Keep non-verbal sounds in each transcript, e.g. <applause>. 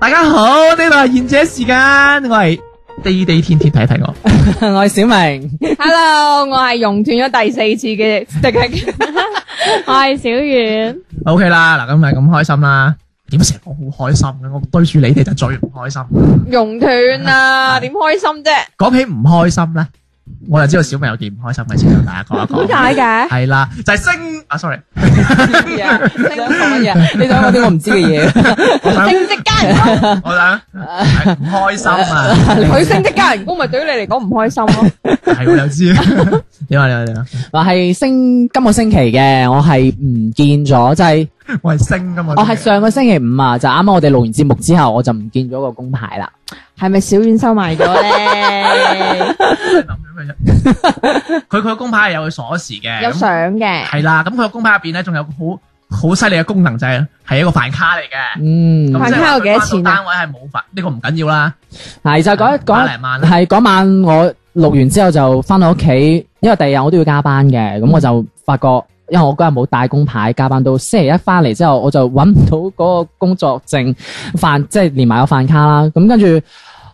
大家好，呢度係賢者時間，我係地地天天睇睇我， <laughs> 我係小明， ，Hello，我係熔斷咗第四次 <laughs> 嘅迪迪，我係小遠， OK 啦，嗱咁咪咁開心啦。點解成日我好開心嘅？我對住你哋就最唔開心。熔斷啊，點開心啫？講起唔開心咧，我就知道小明有幾唔開心嘅，先同大家講一講。點解嘅？係啦，就係升啊，sorry，你想講乜嘢？你想講啲我唔知嘅嘢？ <laughs> 我想升職加 <laughs> 人工，我想係唔開心 <laughs> 啊，佢升職加人工，咪對於你嚟講唔開心咯。係我就知。 <laughs> 你話你話你話，話係星今個星期嘅，我係唔見咗，就 <laughs> 係我係升噶嘛。我係上個星期五啊，就啱啱我哋錄完節目之後，我就唔見咗個工牌啦。係咪小遠收埋咗咧？諗緊佢啫佢佢個工牌係有佢鎖匙嘅，有咁相嘅，係啦，咁佢個工牌入邊咧，仲有個好好犀利嘅功能就係係一個飯卡嚟嘅。嗯，飯卡有幾多錢啊咁即係話佢翻到單位係冇飯，呢個唔緊要啦。係就啊嗰百嗰零萬啦係嗰晚我錄完之後就翻到屋企，因為第二日我都要加班嘅，嗯咁我就發覺，因為我嗰日冇帶工牌，加班到星期一翻嚟之後，我就揾唔到嗰個工作證飯，即係連埋個飯卡啦。咁跟住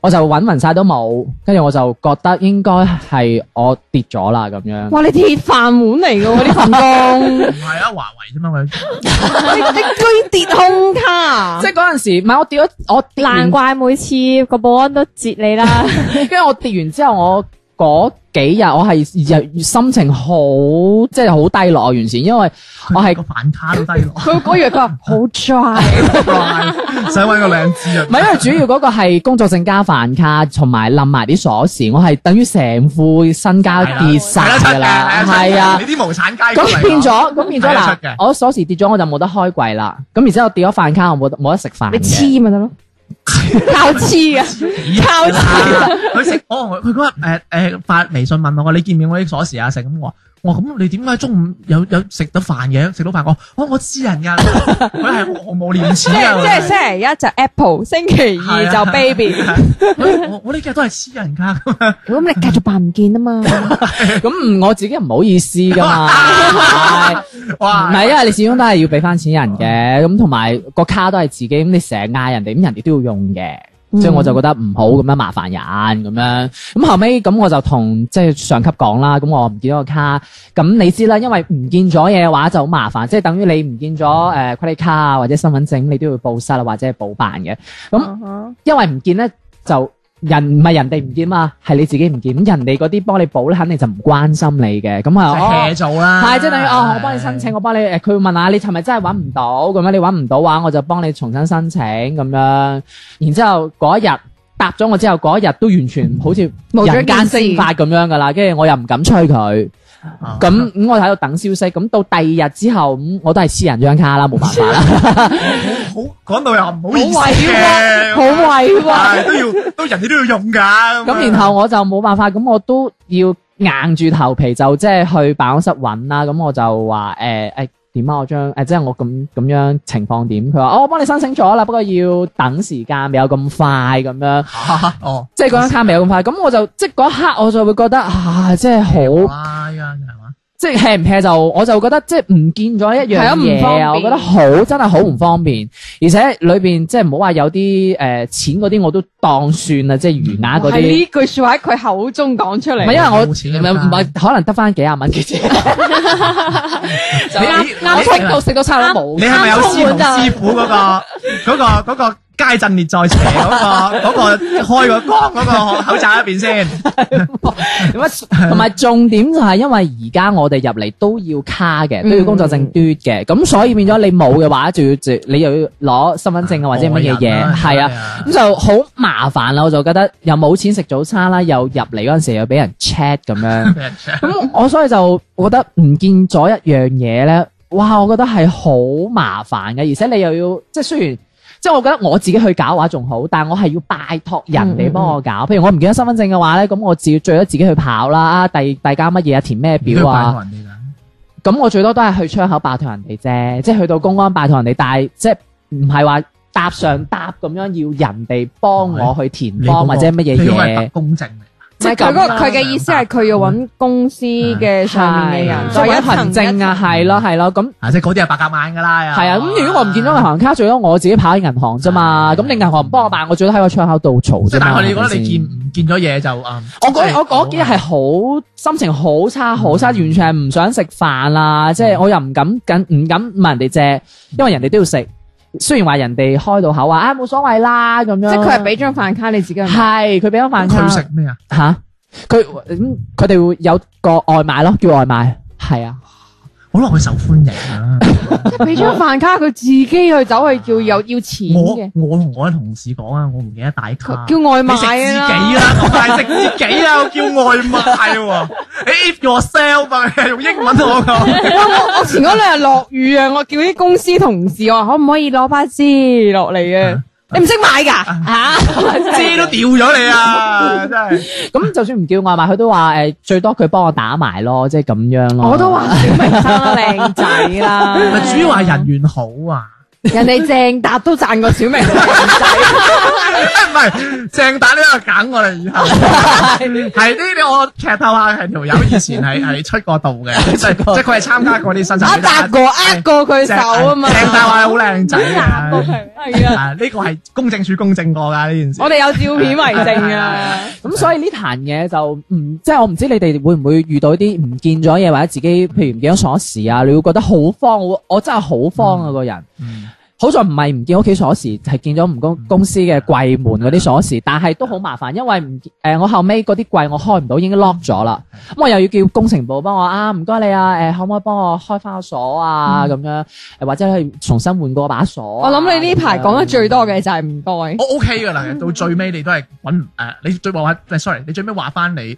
我就揾勻晒都冇，跟住我就覺得應該係我跌咗啦咁樣。哇！你鐵飯碗嚟嘅喎呢份 <laughs> 工，唔係啊，華為啫嘛佢。你你居然跌空卡即，係嗰陣時，唔係我跌咗，我跌完難怪每次個保安都截你啦。跟住我跌完之後，我嗰幾日我係日心情好，即係好低落啊完全，因為我係個飯卡都低 <laughs> 落，佢嗰月佢話好 dry。 <laughs> 想揾個靚字啊唔。係因為主要嗰個係工作證加飯卡，同埋冧埋啲鎖匙，我係等於成副身家跌晒㗎啊啦，係啊你。啲無產階級嚟咁講變咗，咁變咗睇得出嗱嘅，我鎖匙跌咗，我就冇得開櫃啦。咁然之後跌咗飯卡，我冇得冇得食飯你嘅。黐咪得 <laughs> 咯，靠黐啊！咦靠啦佢識我同佢佢嗰日誒誒發微信問我，我話你見唔見我啲鎖匙啊？成咁我話我話咁你點解中午有有食得飯嘅？食到飯我我我私人㗎，佢係我我冇廉恥即係即係㗎。星期一就 Apple，星期二啊係啊就 Baby。我我我呢幾日都係私人㗎，咁你繼續扮唔見啊嘛？咁唔我自己唔好意思㗎 <laughs> 嘛。係唔哇！係，因為你始終都係要俾翻錢人嘅，咁同埋個卡都係自己，咁你成日嗌人哋，咁人哋都要用嘅，所以我就覺得唔好咁樣麻煩人咁樣。咁後尾咁我就同即係上級講啦，咁我唔見咗個卡，咁你知啦，因為唔見咗嘢嘅話就好麻煩，即係等於你唔見咗誒 credit 卡啊或者身份證，你都要報失啊或者係補辦嘅。咁因為唔見咧就。人唔係人哋唔見嘛，係你自己唔見。咁人哋嗰啲幫你補咧，肯定就唔關心你嘅。咁啊，哦 hea 做啦，係，即係等於哦，我幫你申請，我幫你誒，佢會問下你係咪真係揾唔到咁樣，你揾唔到話，我就幫你重新申請咁樣。然之後嗰一日答咗我之後，嗰一日都完全好似冇咗人間蒸發咁樣㗎啦，跟住我又唔敢催佢，啊。咁咁我喺度等消息，咁到第二日之後，咁我都係私人張卡啦，冇辦法啦。好講到又唔好啊意好委思屈嘅，好委屈啊係都要都人哋都要用㗎。樣 <laughs> 咁然後我就冇辦法，咁我都要硬住頭皮就即係去辦公室揾啦。咁我就話誒誒點啊？我將誒、即係我咁咁樣情況點？佢話、哦、我幫你申請咗啦，不過要等時間，未有咁快咁樣。嚇哦，即係嗰張卡未有咁快，咁我就即係嗰一刻我就會覺得啊，即係好，哇呀係嘛？即係 hea 唔 hea 就我就覺得即係唔見咗一係樣啊唔嘢方便啊，我覺得好真係好唔方便，而且裏邊即係唔好話有啲誒、錢嗰啲我都當算啦，即係餘額嗰哦係啲。呢句説話喺佢口中講出嚟。唔係因為我冇錢啊唔係唔係可能得翻幾廿蚊嘅啫，就你啱啱你食到食到差都冇你。係咪有師同師傅嗰個嗰個嗰個街陣列在邪 <laughs> 嗰個嗰個開個光嗰個口罩入邊先？咁啊同埋重點就係因為而家我哋入嚟都要卡嘅，嗯都要工作證嘟嘅，咁所以變咗你冇嘅話，就要就你又要攞身份證啊或者乜嘢哦嘢，係啊。啊咁就好麻煩啦，我就覺得又冇錢食早餐啦，又入嚟嗰陣時又俾人 check 咁樣，咁我所以就覺得唔見咗一樣嘢咧，哇，我覺得係好麻煩嘅，而且你又要即係雖然。即係我覺得我自己去搞嘅話仲好，但我係要拜託人哋幫我搞。譬如我唔記得身份證嘅話咧，咁我自最多自己去跑啦，遞遞交乜嘢啊，填咩表 <laughs> 啊。人哋㗎咁我最多都係去窗口拜託人哋啫，即係去到公安拜託人哋，但係即係唔係話搭上搭咁樣要人哋幫我去填你嗰方個或者乜嘢你嗰個係嘢特，工證嚟。即係佢咁嗰啦個佢嘅意思係佢要揾公司嘅上面嘅人，係再作為一憑層證啊，係咯係咯，咁啊，即係嗰啲係白鴿眼㗎啦。又係啊，咁如果我唔見咗銀，行卡，最多我自己跑去銀行啫嘛，咁你銀行唔幫我辦，我最多喺個窗口度嘈啊即啫係但嘛。係你覺係咪得先你見唔見咗嘢就啊？我嗰我嗰幾日係好心情好差好差，完全係唔想食飯啦，即係我又唔敢緊唔敢問人哋借，因為人哋都要食。雖然話人哋開到口話啊冇所謂啦咁樣，即係佢係俾張飯卡你自己去買。係佢俾咗飯卡佢食咩啊？嚇，佢咁佢哋會有個外賣咯，叫外賣係啊，可能佢受歡迎啊！即係俾張飯卡佢自己去走去叫有要錢我嘅，我同我啲同事講啊，我唔記得帶卡。叫外你食自己賣啊啦。啦，我係食自己啦，我叫外賣喎。你 if yourself 啊， <laughs> 用英文同我講。我前嗰兩日落雨啊，我叫啲公司同事我話可唔可以攞把遮落嚟啊？你唔識買㗎啊嚇？遮都掉咗你啊！真係， <laughs> 咁就算唔叫外賣，佢都話誒最多佢幫我打埋咯，即係咁樣咯。我都話小明生得靚仔啦，咪主要係人緣好啊。人哋鄭達都讚過小明。唔係鄭打呢個梗，我哋以後係呢啲我劇透下係條友以前係係出過道嘅，即係即係佢係參加過啲新秀。我搭過呃過佢手啊嘛，鄭大話好靚仔答過嘅。佢，係啊，啊！呢個係公證處公證過㗎呢件事。我哋有照片為證啊。咁所以呢壇嘢就唔即係我唔知你哋會唔會遇到啲唔見咗嘢或者自己譬如唔見咗鎖匙啊，你會覺得好慌，我我真係好慌啊個人。嗯好在唔係唔見屋企鎖匙，係見咗唔嗯公公司嘅櫃門嗰啲鎖匙，但係都好麻煩，因為唔誒、我後尾嗰啲櫃我開唔到，已經 lock 咗啦。嗯咁我又要叫工程部幫我啊，唔該你啊，誒、可唔可以幫我開翻個鎖啊咁樣，誒或者係重新換過把鎖啊、嗯我諗你呢排講得最多嘅就係唔我該， OK 㗎啦，到最尾你都係揾誒，你最話話誒，sorry，你最尾話翻你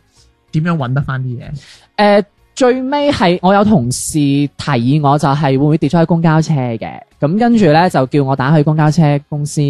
點樣揾得翻啲嘢？誒、呃最尾係我有同事提議我就係會唔會跌咗喺公交車嘅，咁跟住咧就叫我打去公交車公司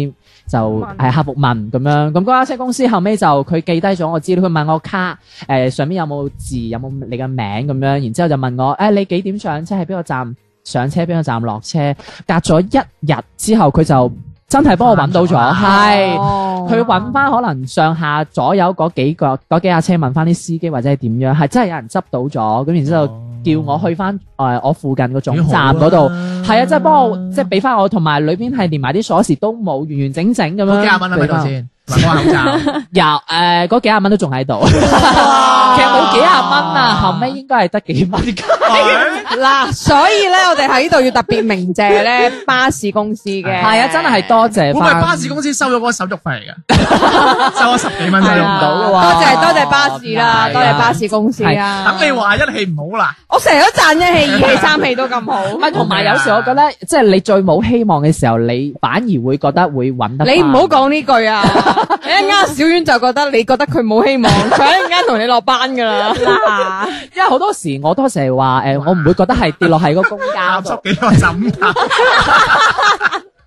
就係客服問咁樣，咁公交車公司後尾就佢記低咗我資料，佢問我卡誒、上面有冇字，有冇你嘅名咁樣，然之後就問我誒、你幾點上車，喺邊個站上車，邊個站落車，隔咗一日之後佢就真係幫我揾到咗，係。佢揾翻可能上下左右嗰幾個嗰幾架車問翻啲司機或者係點樣，係真係有人執到咗，咁然之後叫我去翻誒、呃我附近個總站嗰度，係啊，即係幫我即係俾翻我，同埋裏邊係連埋啲鎖匙都冇，完完整整咁嗰樣。幾廿蚊喺咪度？先？嗱，我口罩。有誒，呃嗰幾廿蚊都仲喺 <laughs> 度，其實冇幾廿蚊啊，後尾應該係得 <laughs> 幾蚊。嗱，所以咧我哋喺度要特別鳴謝咧巴士公司嘅，係啊，真係多謝我咪翻。巴士公司收咗嗰個手續費嚟㗎， <laughs> 收咗十幾蚊都係用啊唔到到。㗎多喎謝多謝巴士係啊啦，多謝巴士公司啦。等你話一氣唔好啦，我成日都讚一氣、二氣、三氣都咁好，唔係，同埋有時我覺得，即係你最冇希望嘅時候，你反而會覺得會揾得返。你唔好講 <laughs> 呢句啊！一陣間小婉就覺得你覺得佢冇希望，佢一陣間同你落班噶啦。嗱，因為好多時我都成日話誒，我唔會覺得係跌落喺個公交鹹度濕。幾個 <laughs> 枕頭。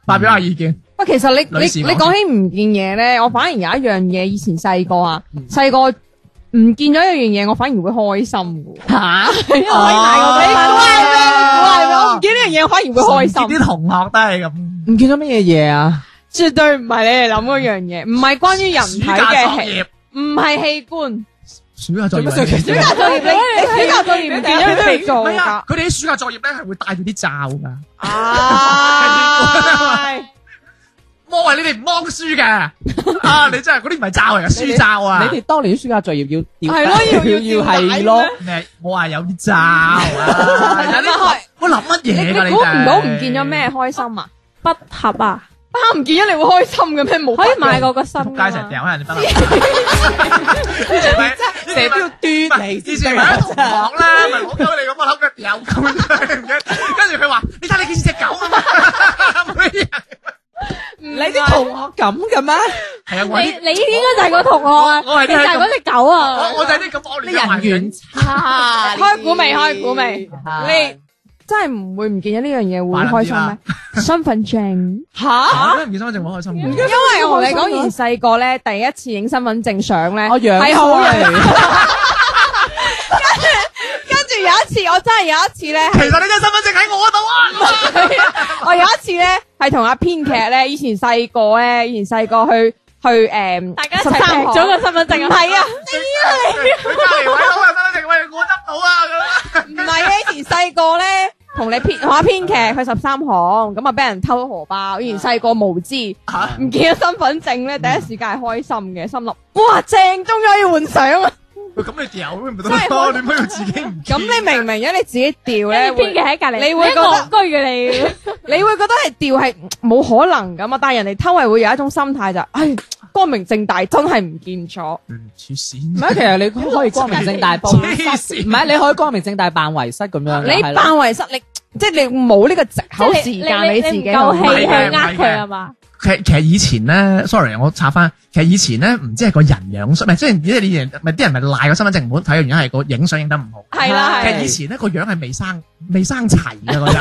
發表下意見，喂，其實你女士你講你講起唔見嘢咧，我反而有一樣嘢，以前細個啊，細個唔見咗一樣嘢，我反而會 <laughs> 開心噶。嚇！你怪咩？怪咩？我唔見呢樣嘢，我反而會開同心。啲同學都係咁。唔見咗乜嘢嘢啊？絕對唔係你哋諗嗰樣嘢，唔係關於人體暑假作嘅器，業，唔係器官。暑假作業， <laughs> 暑假作業你你暑假作業唔見咗你都唔做係啊㗎？。佢哋啲暑假作業咧係會帶住啲罩㗎。 <laughs> 唉我話你哋唔掹書嘅，啊你真係嗰啲唔係罩嚟嘅，書罩啊！你哋當年暑假作業要吊係咯要要要吊係帶咯，咩？我話有啲 <laughs> 罩啊！有啲開我諗乜你嘢你㗎？你估唔哋到唔見咗咩？開心啊？不合啊，包唔見咗你會開心嘅咩？冇可以買過個心仆街㗎成日嘛，掉喺人哋真成日都要端唔你係以先前得咪喺同學㗎。啦，咪攞鳩你咁，我諗佢掉鳩佢，跟住佢話：你睇你幾似只狗啊嘛！你啲同學咁嘅咩？係啊，我你係啲你應該就係個同學啊，我我係你啲就係嗰只狗啊我，我就係啲咁惡劣嘅啲環人緣境。差，開估未？開估未？你你真係唔會唔見咗呢樣嘢會開心玩咩？身份 <laughs> 證吓，啊，唔健身正好開心因嘅。為我同你講，以前細個咧，第一次影身份證相咧，我養係好衰嘅。跟住有一次，我真係有一次咧，其實你張身份證喺我度啊！我有一次咧係同阿編劇咧，以前細個咧，以前細個去去誒，大家一13齊劈行咗個身份證唔啊！係啊。佢隔離位攞嘅身份證，喂，我執到啊！唔係啊，以前細個咧，同你編同阿編劇去十三行，咁啊俾人偷咗荷包。以前細個無知，唔見咗身份證咧，第一時間係開心嘅，心諗哇正，終於可以換相啊！咁咁你掉咩唔得真係咯？開你解要自己唔見？咁你明唔明啊？你自己掉咧，跟住編會劇喺隔離，你會覺得戇居嘅你。你會覺得係掉係冇可能噶嘛？但係人哋偷係會有一種心態就係，唉，光明正大真係唔見咗。嗯黐線唔係，其實你可以光明正大扮遺黐失，線唔係你可以光明正大扮遺失咁樣嘅，嗯你係扮啦為失，你即係你冇呢個藉口時間你自己唔去夠氣去係嘅呃係嘅佢啊嘛？其實其實以前咧，sorry，我插翻。其實以前咧，唔知係個人樣衰，唔係即係即係你以前咪啲人咪賴個身份證唔好睇嘅原因係個影相影得唔好。係啦，其實以係前咧個樣係啊未生未生齊嘅 <laughs> 個人，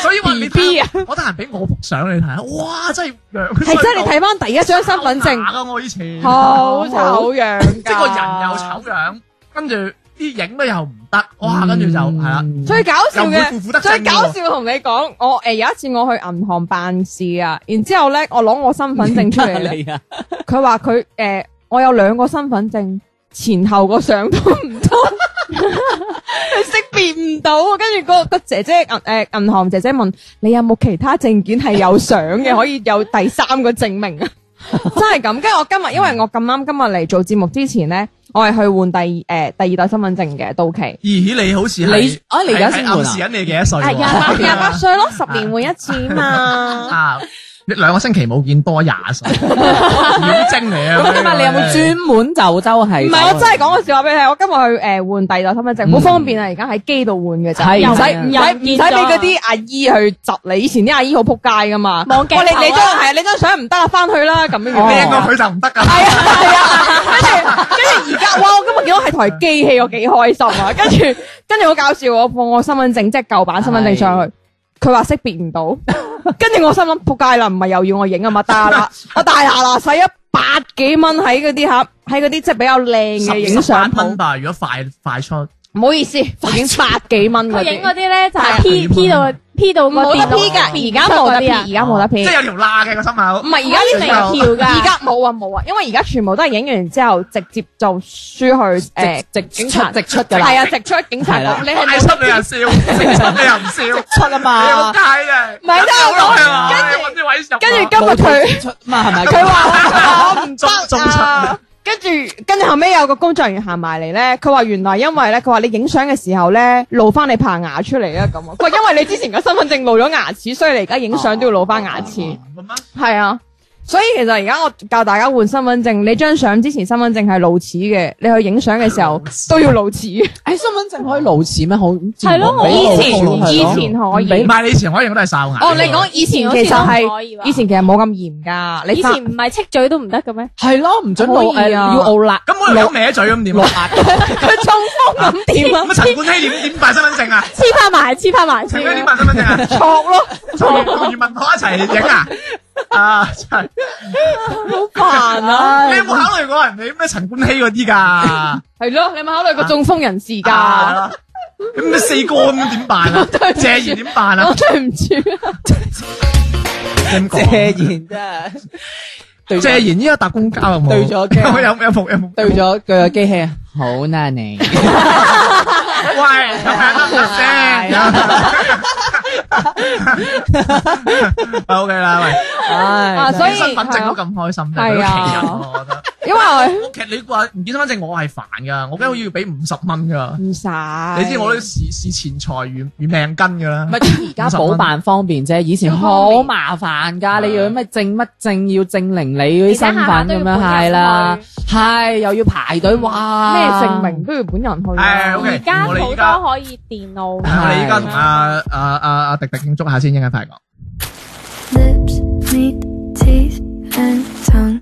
所以話你 BB 睇啊下我得閒俾我幅相你睇下，哇！真係樣係真係你睇翻第一張身份哦證。啊！我以前好醜樣㗎，啊即係個人又醜樣，跟住啲影咧又唔得，哇！跟住就係啦，最嗯搞笑又唔會嘅，負負得最正搞喎。笑同你講，我誒有一次我去銀行辦事啊，然之後咧我攞我身份證出嚟咧，你啊，佢話佢誒我有兩個身份證，前後個相都唔同。 <laughs> 佢識別唔到啊！跟住個個姐姐銀誒銀行姐姐問你有冇其他證件係有相嘅， <laughs> 可以有第三個證明啊！真係咁，跟住我今日因為我咁啱今日嚟做節目之前咧，我係去換第誒、呃第二代身份證嘅到期。咦？你好似你啊你而家先換啊暗示緊你幾多歲係啊喎？廿八廿八歲咯，十年換一次嘛。啊！你兩個星期冇見多廿 <laughs> 歲，妖精嚟啊！咁啊你有冇專門就周係？唔係，我真係講個笑話俾你聽。我今日去誒換第二代身份證，好方便啊！而家喺機度換嘅咋，係唔使又唔使唔使俾嗰啲阿姨去窒你。以前啲阿姨好仆街噶嘛，望鏡頭喂啊你你張係啊你張相唔得啊，翻去啦咁樣。哦靚過佢就唔得㗎。係啊係啊，跟住跟住而家哇！我今日見到係台機器，我幾開心啊！跟住跟住好搞笑，我放我身份證即係舊版身份證上去，佢話識別唔到，跟住我心諗仆街啦，唔係又要我影啊嘛，得啦，我大下啦，使咗百幾蚊喺嗰啲吓，喺嗰啲即係比較靚嘅影相十八蚊鋪，吧，如果快快出，唔好意思，我影百幾蚊嗰佢影嗰啲啲，咧就係啊係 P P 到 P 到個冇電得腦 P 噶，而家冇得 P，而啊家冇得 P 即。係有條罅嘅個心口。啊唔係而家啲可以微調㗎而家冇啊冇啊，因為而家全部都係影完之後直接就輸去誒直直警出察直出㗎啦，係啊，直出警察係啦局，你係快冇出你又笑，出你又唔笑，出啊哎嘛，唔係你好街啫。真係走我落去啊講，揾啲位入。跟住冇今日條佢件出啊嘛，係咪？佢話我唔中中得出啊。跟住，跟住後尾有個工作人員行埋嚟咧，佢話原來因為咧，佢話你影相嘅時候咧，露翻你棚牙出嚟啊咁啊。 <laughs> 佢話因為你之前嘅身份證露咗牙齒，所以你而家影相都要露翻牙齒。咁啊，係啊，所以其實而家我教大家換身份證，你張相之前身份證係露齒嘅，你去影相嘅時候都要露齒。誒身份證可以露齒咩？好係咯我以前以前可以唔係你以前可以我都係哨牙。哦，你講哦以前其實以前好似都唔可以係吧以前其實冇咁嚴㗎，你以發前唔係戚嘴都唔得嘅咩？係咯，唔准露可呃誒以啊要傲辣，咁我又歪嘴咁點啊？佢中風咁點啊 <laughs> 咁？陳冠希點點辦身份證啊？ <laughs> 黐翻埋，黐翻埋。陳冠希點辦身份證啊？錯咯，錯同余文樂一齊影啊！啊，真係煩啊你有冇考慮過人哋咩陳冠希嗰 <laughs> 啲㗎？係咯，你有冇考慮過中風人士㗎？啊咁咩四哥咁點辦 <laughs> 啊？謝賢點辦啊我？對唔住，點講？謝賢 Dạ. 真係對謝咗賢依家搭公交有啊冇？對 <laughs> 咗嘅有有有冇有冇？對咗佢個機器，好啦你。喂，有冇得 <laughs> <laughs> 先？有 O K 啦，喂，唉啊所以身份證都咁開心，真係係啊奇人，我覺得。因為我我其實你話唔見身份證，我係煩噶，我梗要俾五十嗯蚊噶。唔使。你知我都視視錢財如如命根噶啦唔。係而家50蚊補辦方便啫，以前好麻煩㗎，係你要咩證乜證，要證明你嗰啲身份咁樣係而家啦，下下都要係又要排隊，哇！咩證明？都要本人去唉啊。 ，O K，而家我好哋而家多可以電腦啊我係哋而家同阿阿阿阿迪迪慶祝下先，一陣間快講。 Lips need teeth and tongue.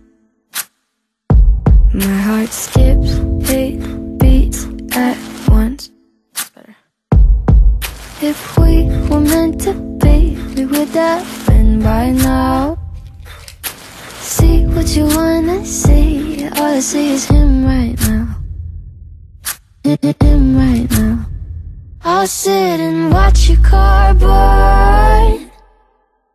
My heart skips eight beats at once. That's better. If we were meant to be, we would have been by now. See what you wanna see. All I see is him right now. Him- him- Him right now. I'll sit and watch your car burn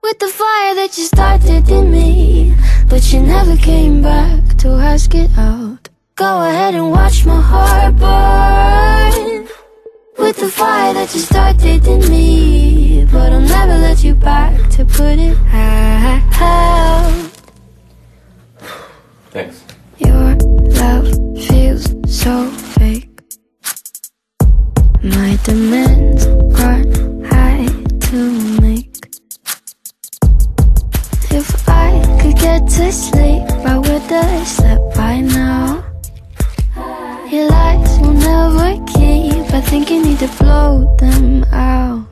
with the fire that you started in me. But you never came back to ask it out. Go ahead and watch my heart burn with the fire that you started in me. But I'll never let you back to put it out. Thanks. Your love feels so fake. My demands are high to make. If I could get to sleep, I would have slept by now. Your lies will never keep. I think you need to blow them out.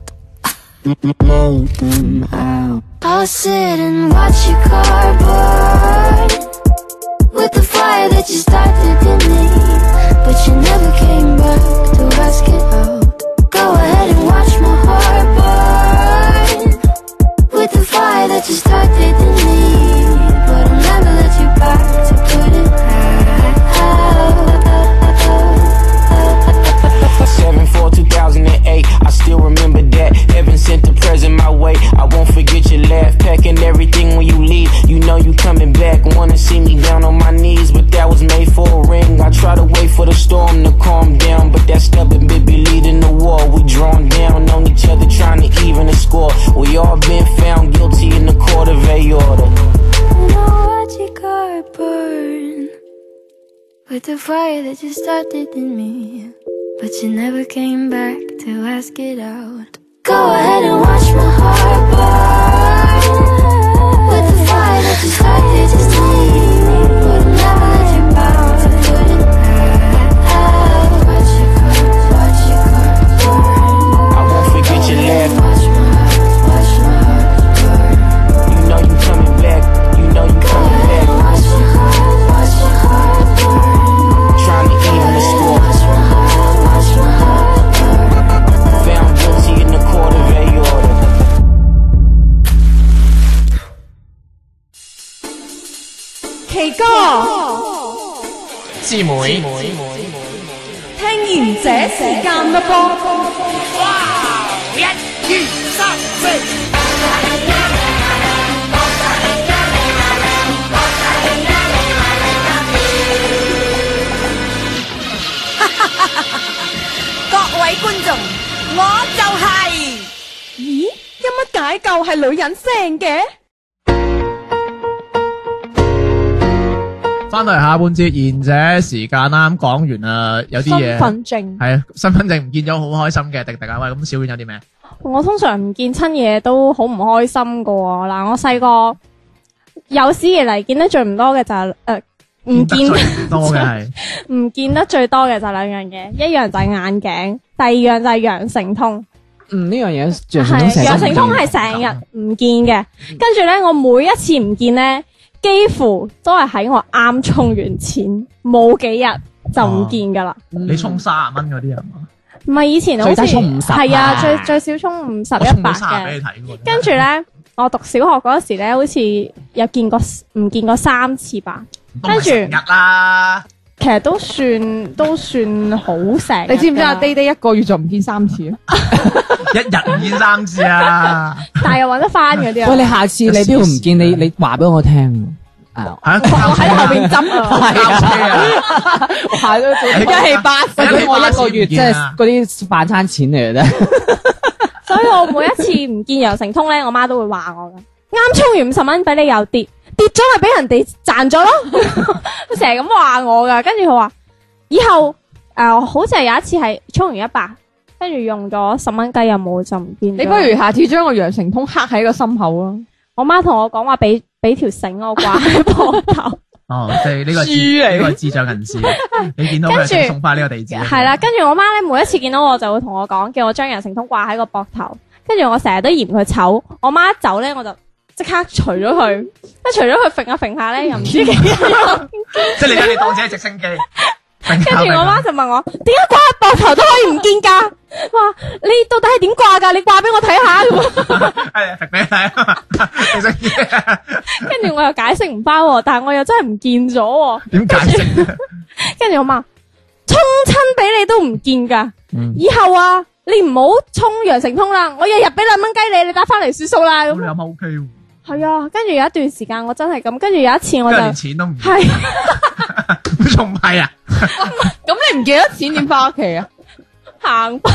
Blow them out. I'll sit and watch your car burn with the fire that you started in me. But you never came back to ask it out. Go ahead and watch my heart burn with the fire that you started in me. But I'll never let you back to put it out. 7 4 2008 I still remember that Heaven sent the present my way I won't forget your laugh Packing everything when you leave You know you coming back Wanna see me down on my knees But that was made for a ring I try to wait for the storm to calm down But that stubborn bit be leading the war We drawn down on each other Trying to even the score We all been found guilty in the court of aorta And I'll watch your car burn with the fire that you started in me. But you never came back to ask it out. Go ahead and watch my heart burn with the fire that you started in me. But I'll never let you bow to put it out. Watch your car, watch your car burn. I won't forget your laugh Watch my heart, watch my heart burn. You know you coming back You know you Go coming ahead back and watch your heart, watch your heart burn. Trying to even the score Found guilty in the court of aorta 奇哥，聽完這時間一波。各位观众，我就系、咦，有乜解救係女人聲嘅？翻到嚟下半節賢者時間啦，咁講完啦，有啲嘢身份證係啊，身份證唔見咗，好開心嘅，迪迪啊，喂，咁小丸有啲咩？ <laughs> 我通常唔見親嘢都好唔開心噶喎。嗱，我細個有史以嚟見得最唔多嘅就係誒唔得見。最多 <laughs> 嘅係唔見得最多嘅就兩樣嘢，一樣就係眼鏡，第二樣就係羊城通。嗯，呢樣嘢楊成通係成日都羊唔城見通係成日唔見嘅，跟住咧我每一次唔見咧，幾乎都係喺我啱充完錢冇幾日就唔見㗎啦。你充卅蚊嗰啲人嘛，唔係以前好似最低充50係啊，啊最最少充五十我一充百到卅俾嘅你。睇喎。跟住咧，我讀小學嗰時咧，好似有見過唔見過三次吧。都唔係成日啦，其實都算都算好成。你知唔知啊？Day Day 一個月就唔見三次，一日唔見三 <laughs> 次啊，但係又揾得翻嗰啲 <laughs> 啊喂，。你下次你都唔見你，你話俾我聽啊！係啊，我喺後面執啊！交車啊，係咯，你講一氣八十，你講我一個月八即千唔見係啊嗰啲飯餐錢嚟嘅啫。 <laughs> 所以我每一次唔見羊城通咧，我媽都會話我噶。啱充完五十蚊俾你又跌，跌咗咪俾人哋賺咗咯。 <laughs> 佢成日咁話我噶，跟住佢話以後诶、呃好似係有一次係充完一百，跟住用咗十蚊雞又冇就唔見咗。你不如下次將個羊城通刻喺個心口啊！我媽同我講話俾俾条绳我掛喺膊頭，哦，即係呢書嚟個智呢個係智障人士，你見到跟佢住就送翻呢個地址，係啊啦。跟住我媽咧每一次見到我就會同我講，叫我將羊城通掛喺個膊頭。跟住我成日都嫌佢醜，我媽一走咧我就即刻除咗佢，一除咗佢揈下揈下咧又唔知幾即係你睇你當自己係直升機，跟 <laughs> 跟住我媽就問我點解掛喺膊頭都可以唔見㗎？哇！你到底係點掛㗎？你掛俾我睇下 <laughs> 咁啊。 <laughs> 係啊，食俾你睇啊嘛，你識嘢跟住我又解釋唔翻喎，但係我又真係唔見咗喎。點解 <laughs> 釋？跟住我媽沖親俾你都唔見㗎，以後啊你唔好沖羊城通啦，我日日俾兩蚊雞你，你打翻嚟算數啦咁你諗咁。下 OK 喎，係啊，跟住有一段時間我真係咁，跟住有一次我跟就住連錢都唔 <laughs> 要，係。仲唔係啊？咁你唔記得錢點翻屋企啊？行吧，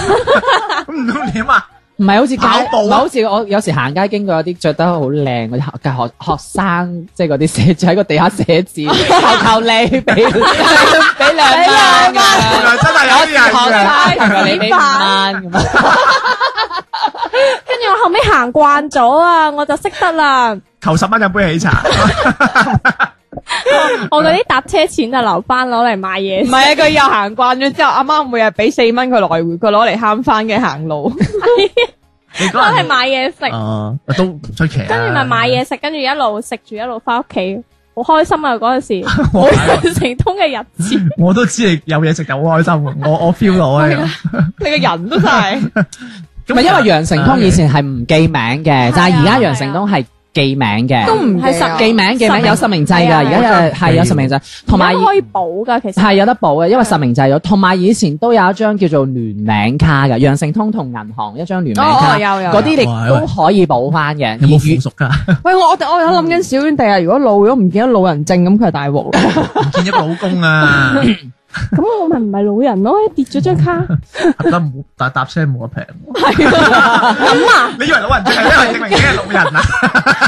咁唔通點啊？唔係好似街，跑步啊唔係好似我有時行街經過有啲着得好靚嗰啲學嘅學學生，即係嗰啲寫住喺個地下寫字，求求你俾俾俾兩蚊原咁樣來真係有啲人嘅，學生求求你俾五蚊咁樣，跟住我後尾行慣咗啊，我就識得啦。求十蚊飲杯喜 <laughs> 茶，我嗰啲搭車錢就留翻攞嚟買嘢唔。係啊，佢又行慣咗之後，阿媽每日俾四蚊佢來回，佢攞嚟慳翻嘅行路。你我嗰係日買嘢食，哦，都唔出奇啊。跟住咪買嘢食，跟住一路食住一路翻屋企，好開心啊！嗰陣時我冇成通嘅日子，我都知你有嘢食就好開心喎，我我 feel 到 <laughs> 啊。你個人都真係，唔係因為羊城通以前係唔記名嘅，但係而家係啊羊城通係記名嘅，都唔係記十記名記實名名有實名制㗎，係啊而家有係有實名制，同埋啊而家可以補噶，其實係有得補嘅，因為實名制咗，同埋以前都有一張叫做聯名卡嘅，羊城通同銀行一張聯名哦卡，哦有有嗰啲你都可以補翻嘅。有冇而附屬 <laughs> 㗎？喂，我我我有諗緊小娟第日如果老咗唔見咗老人證，咁佢係大 <laughs> 鑊啦。唔見咗個老公啊，咁我咪唔係老人咯，跌咗張卡。搭得冇搭搭車冇得平。 <laughs> 咁啊，你以為老人係因為證明自己係老人啊？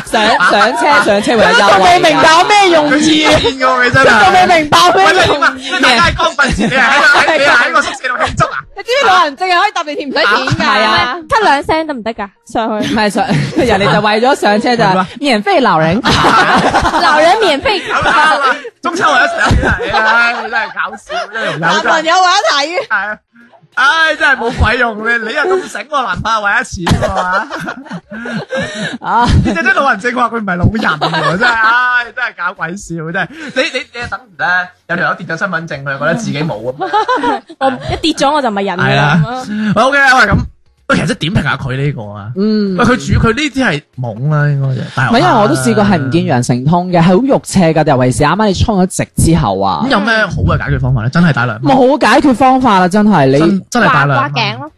上上車上車會有優惠㗎。咩用佢黐線㗎喎，你真係。明白喂，你點啊？你大家係光棍節，你係喺你係喺個宿舍度慶祝啊？你知唔知老人證係可以搭地鐵唔使錢㗎？係啊，咳兩聲得唔得噶？上 <laughs> 唔去係上，人哋就為咗上車就係免費老人卡， <laughs> 老人免費好啦好啦，中秋我一齊一齊啊！你真係搞笑，真係男朋友話一睇，係啊！唉，真係冇鬼用你，你又咁醒喎，男怕為一錢喎嘛？啊，你真係老人證話佢唔係老人喎，真係，唉，真係搞鬼笑，真係。你你你等唔咧，有條友跌咗身份證，佢又覺得自己冇啊。我一跌咗我就咪人㗎係啦啊。咁啊喂，OK 啊，喂咁，喂，其實真係點評下佢呢個啊？嗯喂，。佢主佢呢啲係懵啦，應該就。唔唔係因為我都試過係唔見。羊城通嘅，係好肉赤㗎，尤其是啱啱你衝咗直之後啊咁，有咩好嘅解決方法咧？真係打兩蚊，冇解決方法啦，真係你真真係打兩蚊掛頸。咯，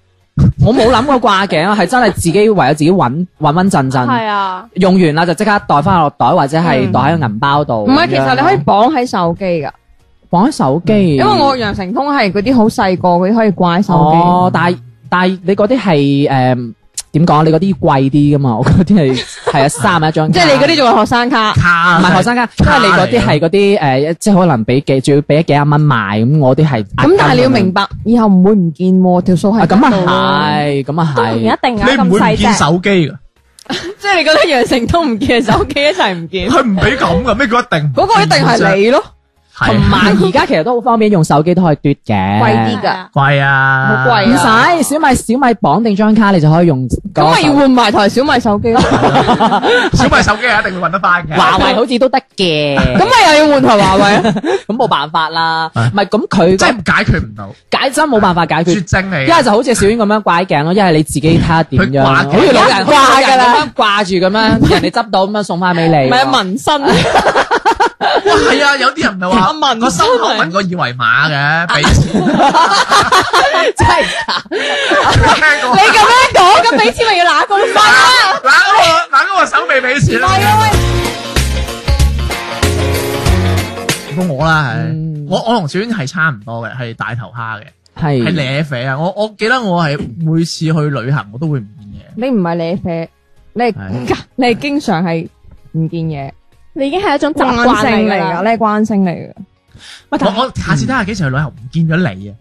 我冇諗過掛頸啊，係真係自己為咗自己穩 <laughs> 穩穩陣陣係。啊，用完啦就即刻袋翻落袋，或者係袋喺個銀包度。嗯唔係其實你可以綁喺手機㗎，綁喺手機，因為我羊城通係嗰啲好細個嗰啲可以掛喺手哦，但係但係你嗰啲係誒點講？啊你嗰啲貴啲噶嘛？ <laughs> 我嗰啲係係啊三蚊一張機，卡， <laughs> 即係你嗰啲仲係學生卡。卡唔係學生卡，因為你嗰啲係嗰啲誒，即係可能俾幾，仲要俾幾廿蚊賣咁，我啲係咁但係你要明白，以後唔會唔見喎，條數啊，係咁啊係，咁啊都唔一定係啊，，你唔咁會唔細見隻。手機 <laughs> 㗎？即係你覺得羊城通唔見，手機一齊唔見，佢唔俾咁㗎，咩叫一定？嗰個一定係你咯，係，同埋而家其實都好方便，用手機都可以嘟嘅，貴啲係㗎。啊貴啊，好唔貴啊使小米小米綁定張卡，你就可以用嗰咁個手。咪要換埋台小米手機咯，小米手機係一定會揾得翻嘅。華為好似都得嘅， <laughs> 咁咪又要換台華 <laughs> 為啊？咁冇辦法啦，啊唔係咁佢即真係解決唔到，解真冇辦法解絕決，症嚟一係嘅。就好似小娟咁樣掛喺頸咯，一係你自己睇下點樣，佢掛頸好似老人掛㗎啦掛住咁樣，人哋執到咁樣送翻俾唔你，係啊紋身，哇，係啊，有啲人就阿話 <laughs> 文個心口紋個二維碼嘅， <laughs> 俾錢。真係 <laughs> 假聽過你咁樣講，咁俾錢咪要揦個分啦。嗱嗰個嗱嗰個手尾俾錢啦。啊到我啦，係嗯我我同小娟係差唔多嘅，係大頭蝦嘅，嗯係係舐啡啊！我我記得我係每次去旅行我都會唔見嘢，你唔係你啡，你係你係經常係唔見嘢，你已經係一種習慣慣性嚟嚟㗎㗎，你。係慣性嚟㗎。我我下次睇下幾時去旅行唔見咗你啊！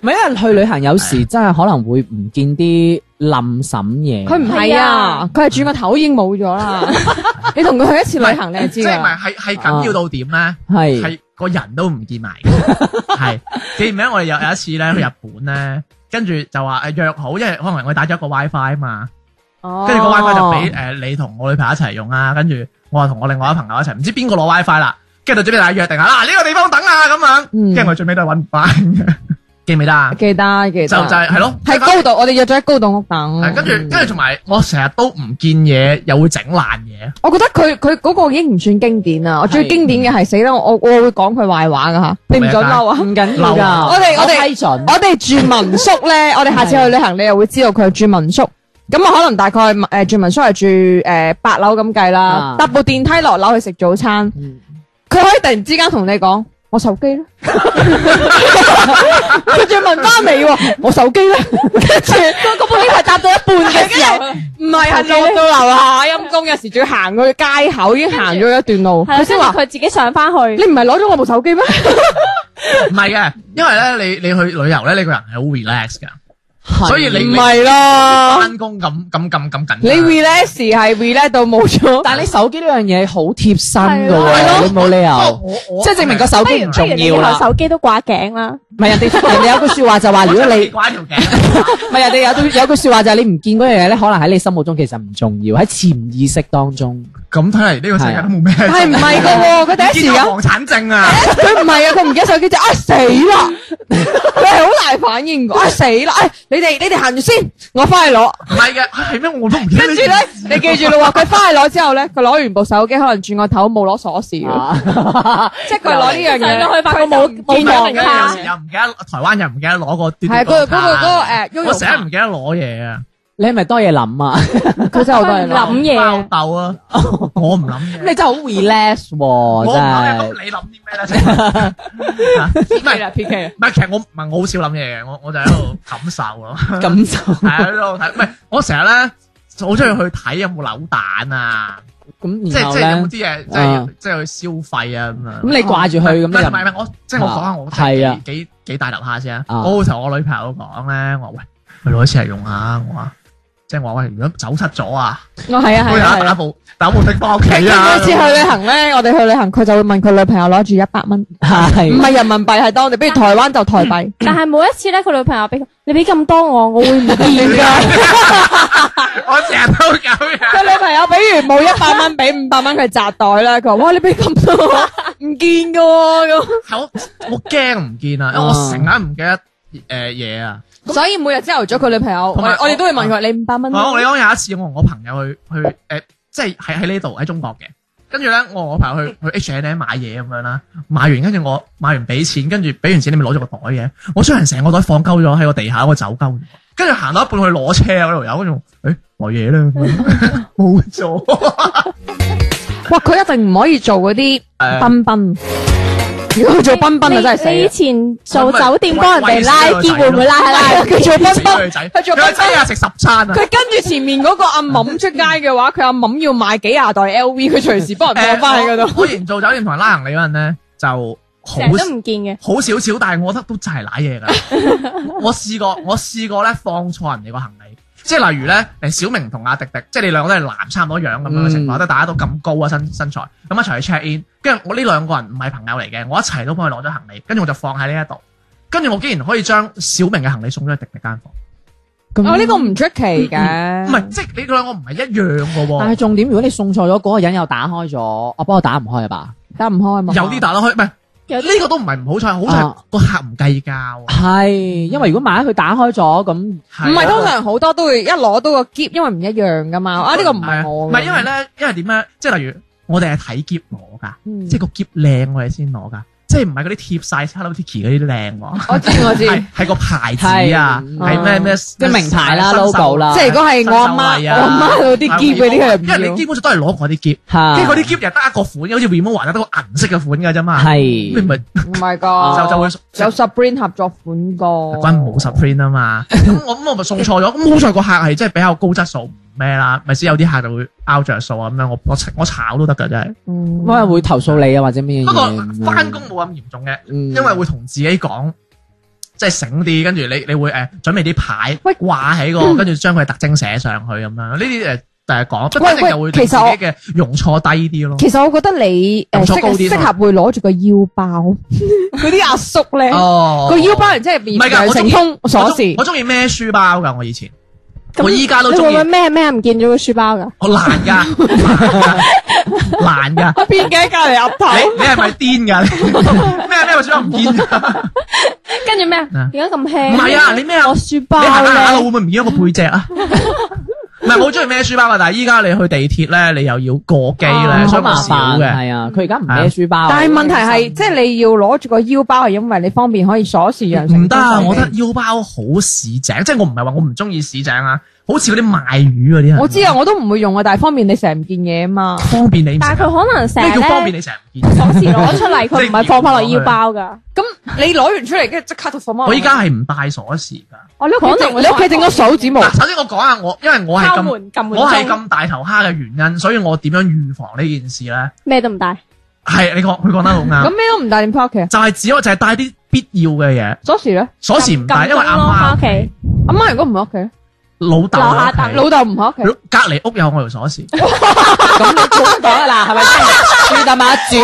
唔係因為去旅行有時真係可能會唔見啲冧審嘢，佢唔係啊，佢係轉個頭已經冇咗啦。你同佢去一次 <laughs> 旅行，你就知哦嗯即係咪啦。係係緊要到點咧？係係個人都唔見埋 <laughs> 嘅，係記唔記得我哋有有一次咧去日本咧，跟住就話誒約好，因為可能我打咗一個 WiFi 啊嘛，哦跟住個呃啊 WiFi 就俾誒你同我女朋友一齊用啦，跟住我話同我另外一朋友一齊，唔知邊個攞 WiFi 啦，跟住到最尾大家約定下嗱呢個地方等啊咁樣，嗯跟住我最尾都係揾唔翻嘅， <laughs> 記唔記得啊？記得記得，就就係係咯，喺高度，我哋約咗喺高度屋等係。跟住嗯跟住同埋我成日都唔見嘢，又會整爛嘢。我覺得佢佢嗰個已經唔算經典啊啦，我最係經典嘅係死啦！我我我會講佢壞話噶吓，你唔准嬲啊！唔緊嬲要啊㗎，我哋我哋批准我哋住民宿咧，我哋下次去旅行，你又會知道佢住民宿。咁啊，可能大概誒、住民宿係住誒、八樓咁計啦啊，搭部電梯落樓去食早餐，佢、嗯可以突然之間同你講：我手機啦，佢仲問翻你喎，我手機啦，跟住個部電梯搭到一半嘅時候，唔係係落到樓下陰公，有時仲要行去街口，已經行咗一段路，係啦，啊佢先話跟住：佢自己上翻你去，唔係攞咗我部手機咩？唔係嘅，因為咧你你去旅遊咧，你個人係好 relax 噶，所以你唔係啦。翻工咁咁咁咁緊。哦你 relax 時係 relax 到冇咗，但係你手機呢樣嘢好貼身㗎喎，係咯你冇理哦由，我我即係證明個手機唔不如重你以要後啦。手機都掛頸啦。唔係人哋人哋有句説話就話，啊如果你掛條頸。唔係人哋有句有句説話就係你唔見嗰樣嘢咧，可能喺你心目中其實唔重要，喺潛意識當中。咁睇嚟呢個世界都冇咩，但係啊唔係噶喎，佢第一見時到間房產證啊！佢唔係啊，佢唔記得手機就啊死啦，佢係好大反應㗎，啊死啦，哎你哋你哋行住先，我翻去攞，唔係嘅，啊係咩？我都唔記得。跟住咧你記住啦喎，佢翻去攞之後咧，佢攞完部手機可能轉個頭冇攞鎖匙㗎，即係佢攞呢樣上嘢到。去發覺冇唔冇係網而家有卡時，又唔記得，台灣又唔記得攞個嘟嘟係嗰個個卡嗰啊個嗰個誒悠遊我成卡日唔記得攞嘢啊！ <laughs> 你係咪多嘢諗啊？佢真係好多人佢唔諗嘢爆豆啊！我唔諗嘢， <laughs> 你真係好 relax 我唔喎，真諗嘢，咁係。你諗啲咩咧？請問 <laughs> 唔係 P K 啦，唔係，其實我唔係我好少諗嘢嘅，我我就喺度感受咯，咁就係啊喺度睇。唔係我成日咧。好中意去睇有冇扭蛋啊！即咁，係然後即係有冇咧，啲嘢，即啊係即係去消費啊咁樣。咁你掛住唔佢咁係唔你係就唔係，我即係我講下我真係係啊幾幾幾大頭蝦先啊！啊我會同我女朋友講咧，我話喂，去攞一次嚟用下，我話即係我話喂，如果走失咗啊，我係啊我有係啊得係打啊。部打部的翻屋佢企啊！每次去旅行咧，我哋去旅行，佢就會問佢女朋友攞住一百蚊，唔係係人民幣係當地，比如台灣就台幣。但係每一次咧，佢女朋友俾佢，你俾咁多我，我會唔 Ừ. <laughs> 見㗎。 <laughs> 我成日都咁樣。佢女朋友比如冇一百蚊，俾五百蚊佢扎袋啦。佢話：哇，你俾咁多，唔見噶喎咁。我我驚唔見啊，因為我成日唔記得誒嘢啊。 <laughs> 所以每日朝頭早佢女朋友，我同埋哋我哋都會問佢：你五百蚊我啦我你講有一次，我同我朋友去去誒，即係喺喺呢度喺中國嘅。跟住咧，我同我朋友去去 H and M 買嘢咁樣啦，買完跟住我買完俾錢，跟住俾完錢你咪攞咗個袋嘅。我將人成個袋放鳩咗喺個地下，我走鳩咗。跟住行到一半去攞車嗰度有，跟住誒攞 <laughs> 嘢啦，冇咗。哇，佢一定唔可以做嗰啲誒賓賓。如果佢做賓賓啊，你真係你以死前做酒店幫人哋拉喂喂肩，會唔會拉下拉下？佢做賓賓佢仔， <laughs> 佢做佢仔啊食十餐佢！啊跟住前面嗰個阿mums 出街嘅話，佢阿mums 要買幾廿袋 LV，佢隨時幫人放翻喺嗰誒度。我我以前做酒店同人拉行李嗰陣咧，就好成日都唔見嘅。好少少，但係我覺得都真係賴嘢㗎。我試過，我試過咧放錯人哋個行李，即係例如咧，誒小明同阿迪迪，即係你兩個都係男差唔多樣咁樣嘅情嗯況，即係大家都咁高啊身身材，咁一齊去 check in，跟住我呢兩個人唔係朋友嚟嘅，我一齊都幫佢攞咗行李，跟住我就放喺呢一度，跟住我竟然可以將小明嘅行李送咗去迪迪間房，我咁呢個唔出奇嘅，唔係即係你兩個唔係一樣嘅但喎係，重點，如果你送錯咗，嗰個人又打開咗，我幫我打唔開啊吧？打唔開啊嘛。有啲打得開，唔係有啲呢個都唔係唔好彩，好彩啊個客唔計較啊，係，因為如果萬一佢打開咗，咁係啊唔係通常好多都會一攞到個夾，因為唔一樣噶嘛。啊，呢個唔係我嘅，唔係因為咧，因為點咧？即係例如我哋係睇夾攞㗎，嗯即係個夾靚我哋先攞㗎，即係唔係嗰啲貼晒 Hello Kitty 嗰啲靚喎，我知我知，係即係個牌子啊，係係咩咩即係名牌啦新手 logo 啦係如果係我阿新媽，手禮啊我阿媽嗰啲夾嗰啲佢因為係你唔基要。本上都係攞我啲夾，嚇跟住嗰啲夾又得一個款，好似 Remo 還得個銀色嘅款㗎啫 <laughs> 嘛，你係咪就唔係㗎，就會有 Sabrina 合作款個。關冇 Supreme 啊嘛，咁我咁我咪送錯咗，咁好彩個客係真係比較高質素唔咩啦，咪先有啲客就會 out 着數啊咁樣，我我我炒都得㗎真係。嗯，咁啊會投訴你啊，或者咩嘢？不過翻工冇咁嚴重嘅，嗯因為會同自己講，即係醒啲，跟住你你會誒、呃、準備啲牌喂嗯掛喺個，跟住將佢特徵寫上去咁樣。呢啲誒誒講，不喂反正就喂會令其自實己我嘅容錯低啲咯。其實我覺得你誒感觸高適啲適合會攞住個腰包， <laughs> 嗰啲阿叔咧，哦個腰包人真係唔係㗎變我中成意通鎖我中我匙。中意孭書包㗎，我以前，咁我依家都你中會唔會意，à? 咩咩唔見咗個書包㗎？我難㗎，難㗎。邊嘅隔離 <laughs> 岌頭。你你係咪癲㗎？咩咩？我想唔見㗎。跟住咩啊啊？點解咁輕？唔係啊！你咩啊？我書包你行下行路咧，會唔會唔見咗個背脊啊？唔係，我好中意孭書包啊！但係依家你去地鐵咧，你又要過機咧，啊好所以我麻少煩，嘅。係啊，佢而家唔孭書包啊。但係問題係，即係你要攞住個腰包，係因為你方便可以鎖匙讓成唔得啊！功我覺得腰包好市井，即係我唔係話我唔中意市井啊，好似嗰啲賣魚嗰啲人，我知啊，我都唔會用啊，但係方便你成日唔見嘢啊嘛。方便你唔但係成日。佢可能成咩叫方日便咧你成日唔見？鎖匙攞出嚟，佢唔係放翻落腰包㗎。咁你攞完出嚟，跟住即刻就放翻。我依家係唔帶鎖匙㗎。我你屋企整，你屋企整個手指模嗱，首先我講下我，因為我係敲咁，門撳門我係鐘，咁大頭蝦嘅原因，所以我點樣預防呢件事咧？咩都唔帶。係你講，佢講得好咁啱，咩都唔帶，點翻屋企啊？就係只可就係帶啲必要嘅嘢，鎖匙咧，鎖匙唔帶，撳因為鐘咯阿返屋媽企。阿媽如果唔喺屋企咧，老豆樓喺屋下企等老豆唔喺屋企， <laughs> 隔離屋有我條鎖匙，咁你講咗啦，係咪先？住大馬住。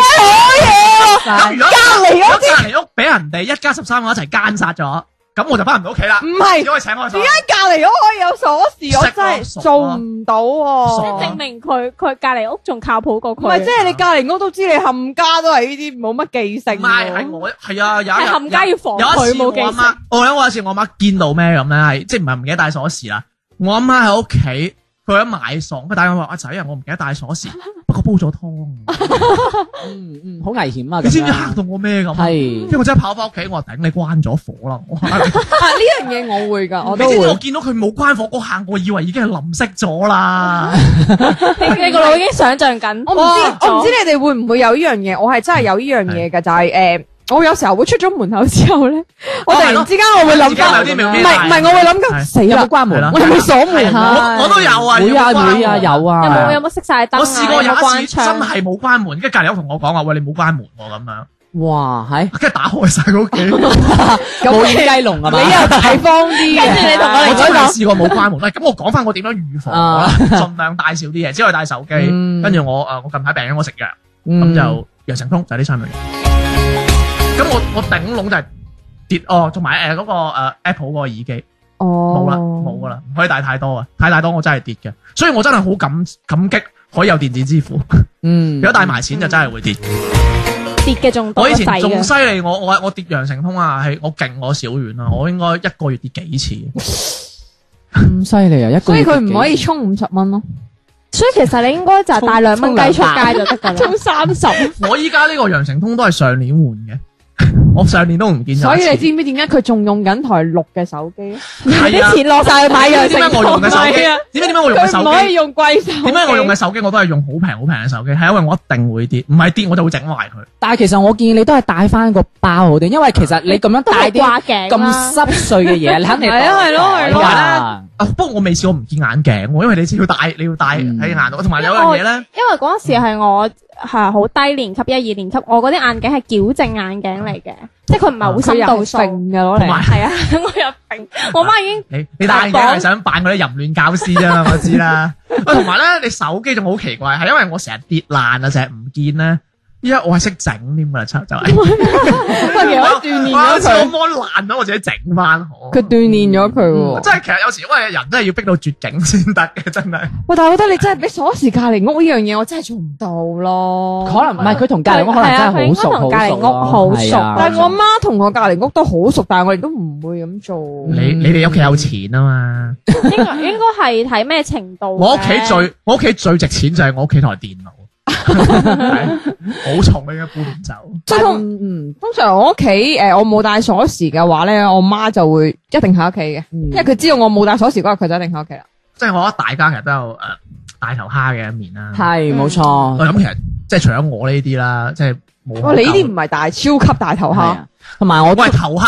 咁如果隔離屋隔離屋俾人哋一家十三個一齊奸殺咗，咁我就翻唔到屋企啦唔。係只。可以請我去而鎖家匙。隔離屋可以有鎖匙，我識咯真熟係咯做唔到即喎。係證明佢佢隔離屋仲靠譜過唔係，佢即。係你隔離屋都知你冚家都係呢啲冇乜記性喎。唔係，係我係啊，有一係日冚家要防有一次佢冇記我阿媽，我有一次我阿媽見到咩咁咧，係即係唔係唔記得帶鎖匙啦。我阿媽喺屋企，佢喺買餸，佢打電話話阿仔啊，我唔記得帶鎖 <laughs> 匙，不過煲咗啊湯，嗯嗯，好危險啊！你知唔知咁嚇樣到我咩咁？係因為我真係跑翻屋企，我話頂你關咗火啦！我 <laughs> 話你啊呢樣嘢我會㗎，我你都知唔知會我。見到佢冇關火嗰下，我以為已經係淋熄咗 <laughs> 啦。你你個 <laughs> 腦已經想像緊。我唔知，我唔知你哋會唔會有呢樣嘢，我係真係有呢樣嘢㗎，就係誒。我有時候會出咗門口之後咧，我突然之間我會諗翻，自己有啲妙唔妙係唔係，我會諗緊係死有啦冇，關門係啦我有冇鎖門係啊？我我都有啊，會啊要關會啊門有有啊冇，有冇熄晒燈啊？我試過有有冇一關次真窗？係冇關門，跟住隔離有同我講話：喂，你冇關門喎咁樣，哇係跟住打開晒嗰 <laughs> 幾。冇掩雞籠啊嘛，你又大方啲嘅，跟住你同我我哋真係試過冇關門。喂，咁我講翻我點樣預防我啦啊，盡量帶少啲嘢，只可以帶手機。嗯跟住我誒，我近排病咗，我食藥，咁咁就藥成通就係呢三樣嘢。咁我我頂籠就係跌哦，同埋誒嗰個誒 Apple 嗰個耳機哦冇啦，冇噶啦，唔可以帶太多啊，太太多我真係跌嘅。所以我真係好感感激可以有電子支付，嗯如果帶埋錢就真係會跌。跌嘅仲多我以過前細啊仲嘅。犀利，我我我跌羊城通啊，係我勁我小遠啊，我應該一個月跌幾次。咁犀利啊！一個所以佢唔可以充五十蚊咯。所以其實你應該就係帶兩蚊雞出街就得 <laughs> 㗎啦。充三十。我依家呢個羊城通都係上年換嘅，我上年都唔見咗一次。所以你知唔知點解佢仲用緊台六嘅手機咧？係啊啲錢落晒去買你藥知唔知點成解我用嘅手機？係啊點解點解我用嘅佢唔可手以機？用貴手機。點解我用嘅手機我都係用好平好平嘅手機？係因為我一定會跌，唔係跌我就會整壞佢。但係其實我建議你都係帶翻個包好啲，因為其實你咁樣帶都啲掛頸啊咁啦濕碎嘅嘢，你肯 <laughs> 定係啊係咯係咯啊！啊，不過我未試過唔見眼鏡喎，因為你知要戴，你要戴嗯喺眼度，同埋有樣嘢咧，因為嗰陣時係我係好低年級一二年級，我嗰啲眼鏡係矯正眼鏡嚟嘅，即係佢唔係好佢深又度係數。揈嘅攞同埋嚟。係啊， <laughs> 我有病，我媽已經你你戴眼鏡係想扮嗰啲淫亂教師啫嘛，我知啦。喂，同埋咧，你手機仲好奇怪，係因為我成日跌爛啊，成日唔見咧。依家我係識整添噶啦，就就係。不如我鍛煉哇！咗好似我佢，摸爛咗，我自己整翻好。佢鍛煉咗佢嗯喎。真係其實有時因為人真係要逼到絕境先得嘅，真係。喂，但係我覺得你真係俾鎖匙隔離屋呢樣嘢，我真係做唔到咯。可能唔係佢同隔離屋可能真係好熟，係啊佢應該同隔離屋好好熟熟咯。係啊但係我阿媽同我隔離屋都好熟，但係我哋都唔會咁做。你嗯你哋屋企有錢啊嘛？應該應該係睇咩程度嘅。我屋企啊最我屋企最值錢就係我屋企台電 <laughs> 腦，係好重嘅一搬唔走。即係通嗯通常我屋企誒，我冇帶鎖匙嘅話咧，我媽就會一定喺屋企嘅，嗯因為佢知道我冇帶鎖匙嗰日，佢就一定喺屋企啦。即係我覺得大家其實都有誒呃大頭蝦嘅一面嗯啦。係冇喂錯。咁其實即係除咗我呢啲啦，即係冇。哇，你呢啲唔係大，超級大頭哦係蝦。啊，同埋我都我係頭蝦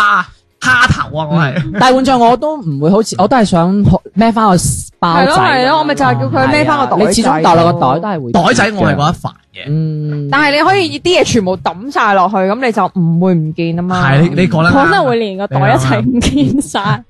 蝦頭啊！我係嗯但係換著我都唔會好 <laughs> 似，我都係想孭翻個包係仔。啊咯係咯，我咪就係叫佢孭翻個袋。你始終袋落個袋都。係會啊袋仔，我係覺得煩嘅。嗯，但係你可以啲嘢全部抌晒落去，嗯咁你就唔會唔見啊嘛。係你你講得啱可能會連個袋一齊唔見晒。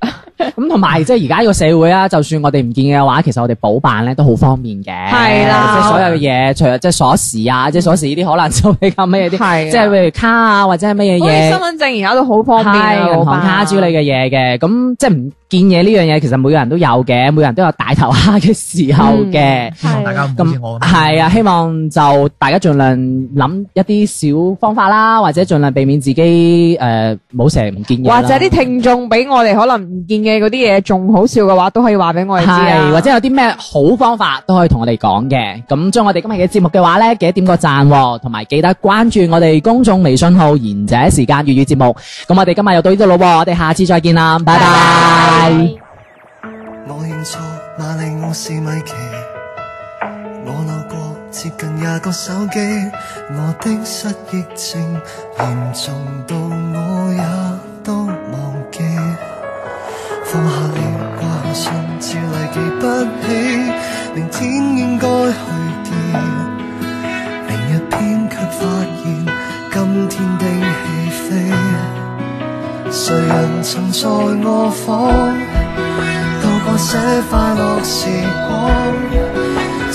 咁同埋即係而家呢個社會啊，就算我哋唔見嘅話，其實我哋補辦咧都好方便嘅。係啦即係所有嘅嘢，除咗即係鎖匙啊，即係鎖匙呢啲可能就比較咩係啲，啊即係譬如卡啊或者係咩嘢好似嘢身。份證而家都好方便啊，係銀老闆行卡之類嘅嘢嘅，咁即係唔見嘢呢樣嘢，其實每個人都有嘅，每個人都有大頭蝦嘅時候嘅。希望大家唔好咁似我咁。係啊，希望就大家盡量諗一啲小方法啦，或者盡量避免自己誒冇成日唔見嘢啦或者啲聽眾俾我哋可能唔見嘅嗰啲嘢仲好笑嘅話，都可以話俾我哋知啊。係，或者有啲咩好方法都可以同我哋講嘅。咁將我哋今日嘅節目嘅話呢，記得點個讚喎，同埋記得關注我哋公眾微信號《賢者時間粵語節目》。咁我哋今日又到呢度咯喎，我哋下次再見啦，拜拜。我認錯，瑪麗我是米奇，我漏過接近廿個手機，我的失憶症嚴重到我也都忘記，放下了掛下信，照例記不起，明天應該去見。明日偏卻發現今天的戲飛，誰人曾在我房度過些快樂時光？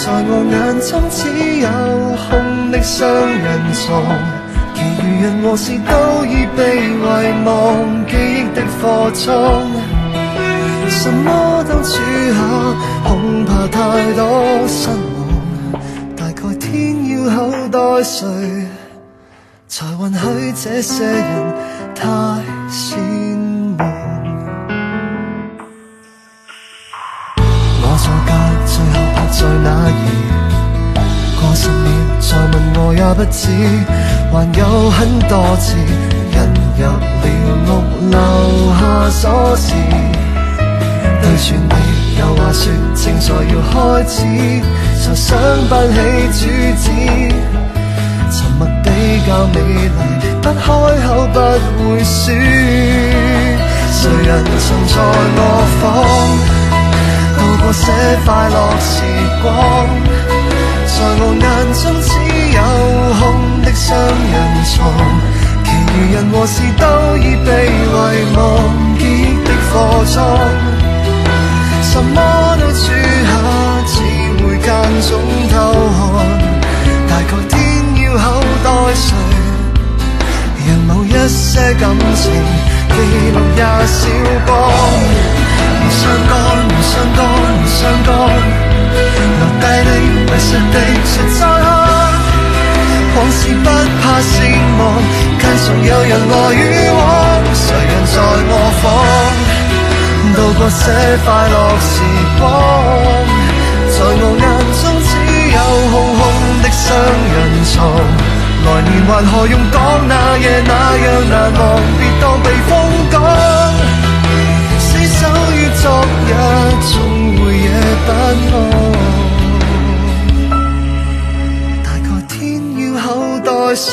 在我眼中只有空的雙人床，其餘人和事都已被遺忘，記憶的貨倉。什麼都處下，恐怕太多失望。大概天要厚待誰，才允許這些人太善忘。我坐隔最後拍在哪兒？過十年再問我也不知，還有很多次，人入了屋留下鎖匙。對住你有話說，正在要開始，就想扮起主旨。沉默比較美麗，不開口不會輸。誰人曾在我房度過些快樂時光？在我眼中只有空的雙人床，其餘人和事都已被遺忘，記憶的貨倉。什麼都處下，只會間中偷看。大概天要厚待誰，讓某一些感情記錄也少光。唔相干，唔相干，唔相干，留低的迷失的，誰再看？往事不怕善忘，街上有人來與往，誰人在我房度過些快樂時光？在我眼中只有空空的雙人床，來年還何用講那夜那樣難忘，別當避風港。厮守於昨日，總會惹不安。大概天要厚待誰，